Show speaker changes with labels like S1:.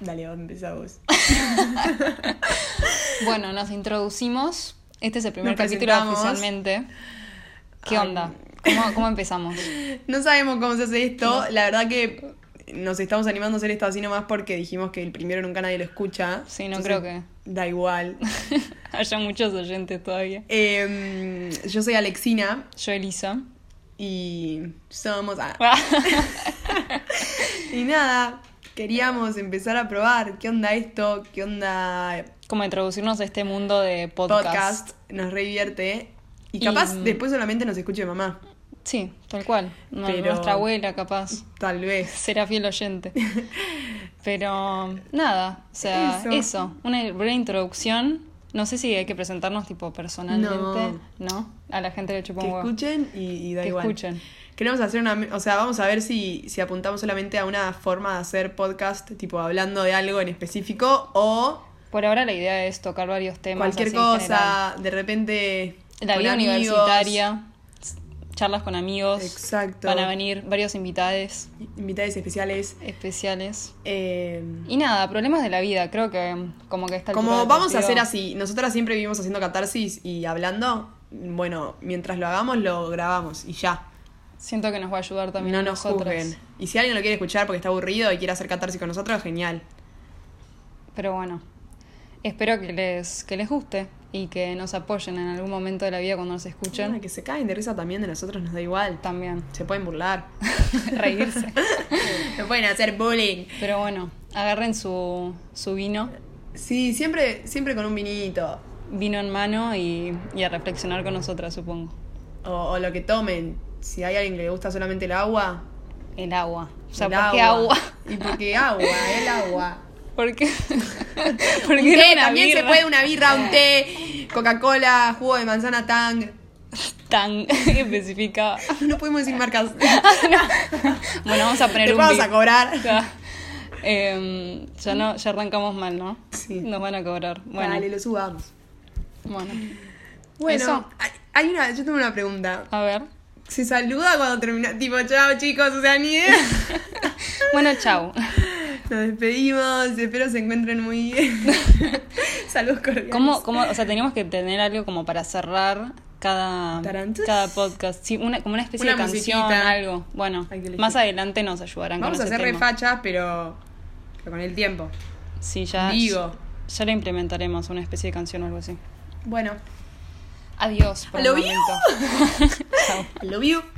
S1: Dale, empezá vos.
S2: Bueno, nos introducimos. Este es el primer
S1: Nos
S2: capítulo
S1: presentamos.
S2: oficialmente. ¿Qué
S1: Ay.
S2: onda? ¿Cómo, cómo empezamos?
S1: No sabemos cómo se hace esto. La verdad que nos estamos animando a hacer esto así nomás porque dijimos que el primero nunca nadie lo escucha.
S2: Sí, no
S1: Entonces,
S2: creo que-
S1: Da igual.
S2: Haya muchos oyentes todavía.
S1: Em, yo soy Alexina
S2: Yo, Elisa.
S1: y somos... ah, Y nada, queríamos empezar a probar qué onda esto, qué onda
S2: Como introducirnos a este mundo de podcast.
S1: podcast. Nos revierte. Y
S2: Y-
S1: capaz después solamente nos escuche mamá.
S2: Sí, tal cual. No-
S1: Pero-
S2: Nuestra abuela, capaz.
S1: Tal vez.
S2: Será fiel oyente. Pero nada, o sea,
S1: Eso.
S2: eso. Una breve introducción. No sé si hay que presentarnos tipo personalmente, ¿no? A la gente le chupa
S1: Que
S2: un huevo.
S1: escuchen y, y da
S2: Que
S1: igual.
S2: escuchen.
S1: Queremos hacer una. O sea, vamos a ver si, si apuntamos solamente a una forma de hacer podcast, tipo hablando de algo en específico o
S2: Por ahora la idea es tocar varios temas.
S1: cualquier
S2: así en general.
S1: cosa. De repente.
S2: La
S1: con
S2: vida
S1: amigos.
S2: universitaria, charlas con amigos.
S1: Exacto.
S2: Van a venir varios invitados
S1: Invitades especiales.
S2: especiales.
S1: eh,
S2: Y nada, problemas de la vida, creo que mm, como que está
S1: como vamos a hacer así, nosotras siempre vivimos haciendo catarsis y hablando. Bueno, mientras lo hagamos, lo grabamos y ya.
S2: Siento que nos va a ayudar también
S1: no
S2: a
S1: nos
S2: nosotros.
S1: juzguen. Y si alguien lo quiere escuchar porque está aburrido y quiere hacer catarsis con nosotros, genial.
S2: Pero bueno, espero que les, que les guste y que nos apoyen en algún momento de la vida cuando nos escuchen.
S1: Ah, que se caen de risa también de nosotros, nos da igual.
S2: También,
S1: Se pueden burlar.
S2: reírse.
S1: Se pueden hacer bullying.
S2: Pero bueno, agarren su, su vino,
S1: Sí, siempre, siempre con un vinito.
S2: vino en mano y, y a reflexionar con nosotras, supongo.
S1: O, o lo que tomen. Si hay alguien que le gusta solamente el agua.
S2: El agua. O sea,
S1: el
S2: ¿por qué agua?
S1: ¿Y por qué agua? El agua.
S2: ¿Por qué? ¿Por
S1: Un
S2: qué no
S1: té,
S2: una
S1: también se
S2: birra?
S1: puede una birra, un té, Coca-Cola, jugo de manzana tang.
S2: Tan especificada.
S1: No podemos decir marcas.
S2: Bueno, vamos a poner
S1: Te
S2: un
S1: vamos
S2: bip.
S1: a cobrar.
S2: O sea, em, ya, no, ya arrancamos mal, ¿no?
S1: Sí.
S2: Nos van a cobrar. Bueno,
S1: Dale, lo subamos.
S2: bueno.
S1: Bueno,
S2: Eso.
S1: hay- hay una, yo tengo una pregunta.
S2: a ver.
S1: Se saluda cuando termina, tipo, chao chicos, o sea, ni idea.
S2: Bueno, chau.
S1: Nos despedimos, espero se encuentren muy bien. Saludos cordiales.
S2: ¿Cómo, cómo, o sea, teníamos que tener algo como para cerrar cada,
S1: Tarantas.
S2: cada podcast. Sí, una, como una especie
S1: Una
S2: de canción,
S1: musiquita.
S2: algo. Bueno,
S1: Hay que elegir.
S2: más adelante nos ayudarán
S1: Vamos a
S2: con ese
S1: hacer
S2: tema.
S1: refachas, pero, pero con el tiempo.
S2: Ah, Sí, ya,
S1: Digo.
S2: ya le implementaremos una especie de canción o algo así.
S1: Bueno,
S2: Adiós. por
S1: I love
S2: el
S1: you.
S2: momento. Chau.
S1: I love you.